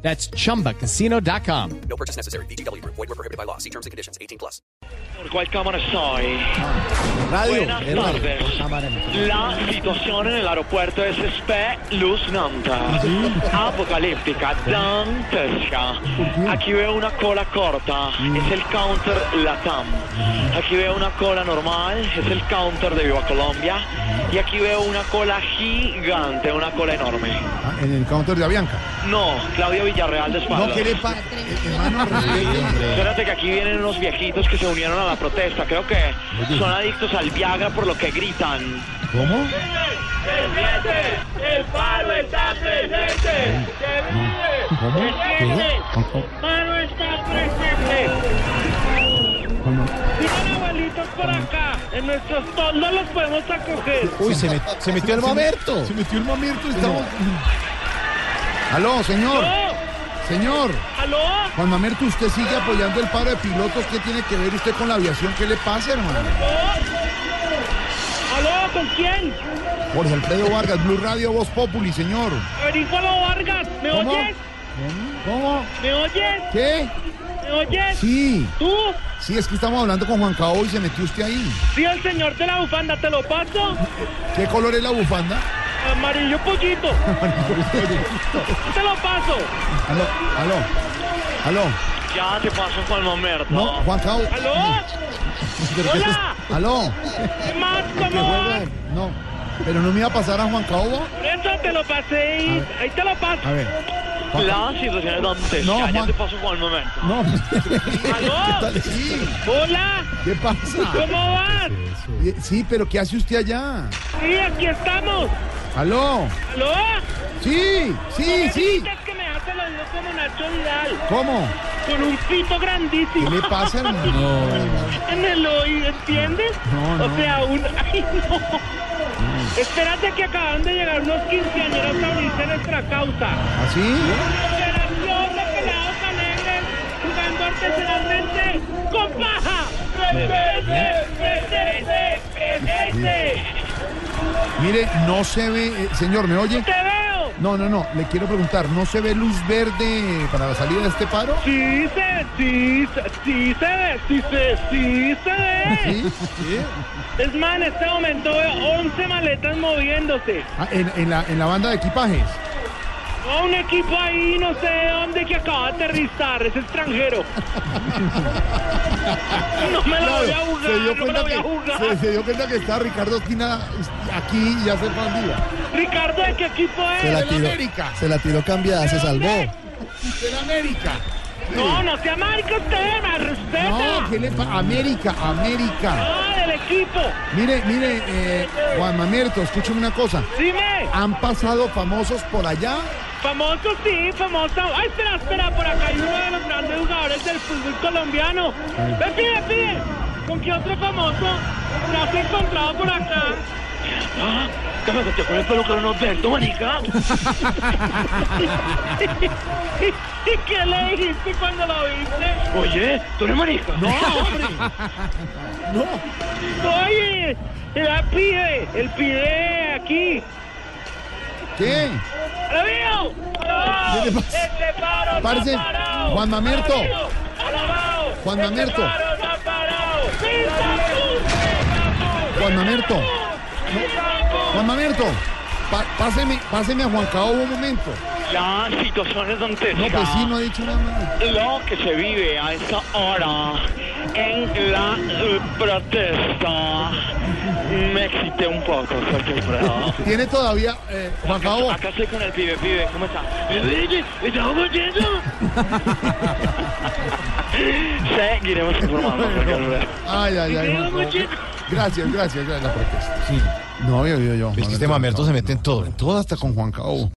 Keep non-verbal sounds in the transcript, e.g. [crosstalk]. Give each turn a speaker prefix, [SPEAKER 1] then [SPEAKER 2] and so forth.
[SPEAKER 1] That's chumbacasino.com.
[SPEAKER 2] No purchase necessary. BGW. Void were prohibited by law. See terms and conditions. 18 plus.
[SPEAKER 3] ¿Por cuál cámara estoy?
[SPEAKER 4] Radio,
[SPEAKER 3] Buenas
[SPEAKER 4] es radio.
[SPEAKER 3] tardes.
[SPEAKER 4] Cámara en-
[SPEAKER 3] La situación en el aeropuerto es espeluznante, apocalíptica, dantesca. Aquí veo una cola corta,
[SPEAKER 4] Mm.
[SPEAKER 3] es el counter Latam. Aquí veo una cola normal, es el counter de Viva Colombia.
[SPEAKER 4] Mm.
[SPEAKER 3] Y aquí veo una cola gigante, una cola enorme.
[SPEAKER 4] ah, en el counter de Avianca.
[SPEAKER 3] No, Claudio Villarreal de espaldas.
[SPEAKER 4] No, ¿qué le pasa? Hermano, respete.
[SPEAKER 3] Espérate que aquí vienen unos viejitos que se unieron a la protesta. Creo que son adictos al Viagra por lo que gritan.
[SPEAKER 4] ¿Cómo?
[SPEAKER 5] ¡El paro está presente! ¡Se vive!
[SPEAKER 4] ¿Cómo?
[SPEAKER 5] ¡Se vive! ¡El paro está presente! Tienen abuelitos por acá. En nuestros toldos los podemos acoger.
[SPEAKER 4] Uy, se, met- se metió el momento. Se metió el momento. Estamos... Aló, señor. Señor.
[SPEAKER 5] ¿Aló?
[SPEAKER 4] Juan Mamerto, usted sigue apoyando el paro de pilotos. ¿Qué tiene que ver usted con la aviación? ¿Qué le pasa, hermano?
[SPEAKER 5] ¿Aló? ¿Con quién?
[SPEAKER 4] Jorge Alfredo Vargas, Blue Radio, Voz Populi, señor.
[SPEAKER 5] Averífalo Vargas. ¿Me
[SPEAKER 4] ¿Cómo?
[SPEAKER 5] oyes?
[SPEAKER 4] ¿Cómo?
[SPEAKER 5] ¿Me oyes?
[SPEAKER 4] ¿Qué?
[SPEAKER 5] ¿Me oyes?
[SPEAKER 4] Sí.
[SPEAKER 5] ¿Tú?
[SPEAKER 4] Sí, es que estamos hablando con Juan Cao y se metió usted ahí.
[SPEAKER 5] Sí, el señor de la bufanda. ¿Te lo paso?
[SPEAKER 4] ¿Qué color es la bufanda? [laughs]
[SPEAKER 5] Amarillo pollito. Te lo paso.
[SPEAKER 4] Aló, aló, aló.
[SPEAKER 3] Ya te paso Juan Mamerto.
[SPEAKER 4] No, Juan Cao.
[SPEAKER 5] ¿Aló? Hola.
[SPEAKER 4] Aló.
[SPEAKER 5] ¿Qué más?
[SPEAKER 4] ¿Qué
[SPEAKER 5] ¿Cómo
[SPEAKER 4] juego
[SPEAKER 5] vas?
[SPEAKER 4] es? No, pero no me iba a pasar a Juan Caoba.
[SPEAKER 5] Eso te lo pasé ahí. Ahí te lo paso.
[SPEAKER 4] A ver. Juan-
[SPEAKER 3] La situación es dantesca.
[SPEAKER 4] No,
[SPEAKER 3] ya
[SPEAKER 4] Juan.
[SPEAKER 3] te paso Juan Mamerto.
[SPEAKER 4] [laughs] No. Ah,
[SPEAKER 5] ¿Aló?
[SPEAKER 4] Sí,
[SPEAKER 5] Hola,
[SPEAKER 4] ¿Qué
[SPEAKER 5] [laughs]
[SPEAKER 4] pasa? Eh,
[SPEAKER 5] ¿cómo vas?
[SPEAKER 4] Sí, pero ¿qué hace usted allá?
[SPEAKER 5] Sí, aquí estamos.
[SPEAKER 4] Aló.
[SPEAKER 5] ¿Aló?
[SPEAKER 4] Sí, sí, sí.
[SPEAKER 5] Dices que me dejaste los dos como Nacho Vidal,
[SPEAKER 4] ¿Cómo?
[SPEAKER 5] con un pito
[SPEAKER 4] ¿Qué
[SPEAKER 5] grandísimo.
[SPEAKER 4] le pasa, hermano?
[SPEAKER 5] En el oído, ¿entiendes?
[SPEAKER 4] No, no. Mm.
[SPEAKER 5] O sea, un... [laughs] ¡Ay, no! Espérate que acaban de llegar unos quinceañeros a unirse a nuestra causa.
[SPEAKER 4] ¿Así?
[SPEAKER 5] Generación de pelados alegres, jugando artesanalmente con paja.
[SPEAKER 4] ¿eh?
[SPEAKER 5] ¡Presente! ¡Presente! ¡Presente!
[SPEAKER 4] Mire, no se ve. eh, señor, ¿me oye?
[SPEAKER 5] ¡Te veo!
[SPEAKER 4] No, no, no. Le quiero preguntar, ¿no se ve luz verde para la salida de este paro?
[SPEAKER 5] Sí se, sí, se- sí se ve, sí se, sí se ve.
[SPEAKER 4] ¿Ah, Sí, sí.
[SPEAKER 5] Es más, en este momento veo 11 maletas moviéndose.
[SPEAKER 4] Ah, en, en la, en la banda de equipajes.
[SPEAKER 5] No, un equipo ahí, no sé de dónde, que acaba de aterrizar,
[SPEAKER 4] [laughs]
[SPEAKER 5] es extranjero. No me lo voy a jugar,
[SPEAKER 4] se, dio
[SPEAKER 5] no me lo
[SPEAKER 4] cuenta
[SPEAKER 5] voy a
[SPEAKER 4] que,
[SPEAKER 5] jugar.
[SPEAKER 4] se, se dio cuenta que está Ricardo Esquina aquí y ya se fue al día.
[SPEAKER 5] Ricardo, ¿de qué equipo
[SPEAKER 6] Se la
[SPEAKER 5] es?
[SPEAKER 6] tiró,
[SPEAKER 4] América.
[SPEAKER 6] se la tiró cambiada, se salvó.
[SPEAKER 4] ¡De la América!
[SPEAKER 5] No, no sea marica usted, más respeta.
[SPEAKER 4] No, ¿qué le pasa? América, América.
[SPEAKER 5] Ah, del equipo.
[SPEAKER 4] Mire, mire, eh, Juan Mamerto, escúchame una cosa.
[SPEAKER 5] Dime,
[SPEAKER 4] ¿Han pasado famosos por allá?
[SPEAKER 5] famoso sí, famoso. Ay, espera, espera, por acá hay uno de los grandes jugadores del fútbol colombiano. Ve, pide, pide. ¿Con qué otro famoso te has encontrado por acá?
[SPEAKER 3] Ah, ¿Qué me conté con el pelo que no nos ven, tú, manica?
[SPEAKER 5] [laughs] ¿Y qué le dijiste cuando lo viste?
[SPEAKER 3] Oye, ¿tú eres manica? Oh, No,
[SPEAKER 5] [laughs] Oye, era pibe, el pibe aquí.
[SPEAKER 4] ¿Qué?
[SPEAKER 5] ¡Lo vio! ¡Alabao!
[SPEAKER 4] ¿Qué le pasa?
[SPEAKER 5] ¡Este paro no
[SPEAKER 4] Parce,
[SPEAKER 5] ha parado!
[SPEAKER 4] Juan Mamerto.
[SPEAKER 5] ¡Alabao! ¡Alabao!
[SPEAKER 4] Juan
[SPEAKER 5] ¡Este
[SPEAKER 4] Mamerto.
[SPEAKER 5] paro no ha parado! ¡Pita tú!
[SPEAKER 4] Juan Mamerto.
[SPEAKER 5] ¡Pita tú!
[SPEAKER 4] Juan Mamerto, pa- páseme, páseme a Juan Cabo un momento.
[SPEAKER 3] la situación es dantesca.
[SPEAKER 4] No, pues sí, no ha dicho nada más.
[SPEAKER 3] Lo que se vive a esta hora en la eh, protesta me excité un poco, soy quebrado.
[SPEAKER 4] Tiene todavía, eh, Juan Cabo,
[SPEAKER 3] Acá estoy con el pibe, pibe, ¿cómo está? Pibe, ¿estamos yendo?
[SPEAKER 4] [laughs]
[SPEAKER 3] Seguiremos informando. porque al ver-
[SPEAKER 4] Ay, ay, ay. Juan Cabo. Gracias, gracias, gracias. La protesta. No había oído yo.
[SPEAKER 6] Es que este
[SPEAKER 4] Mamerto.
[SPEAKER 6] mamerto se mete en todo.
[SPEAKER 4] Todo hasta con Juan Cabo.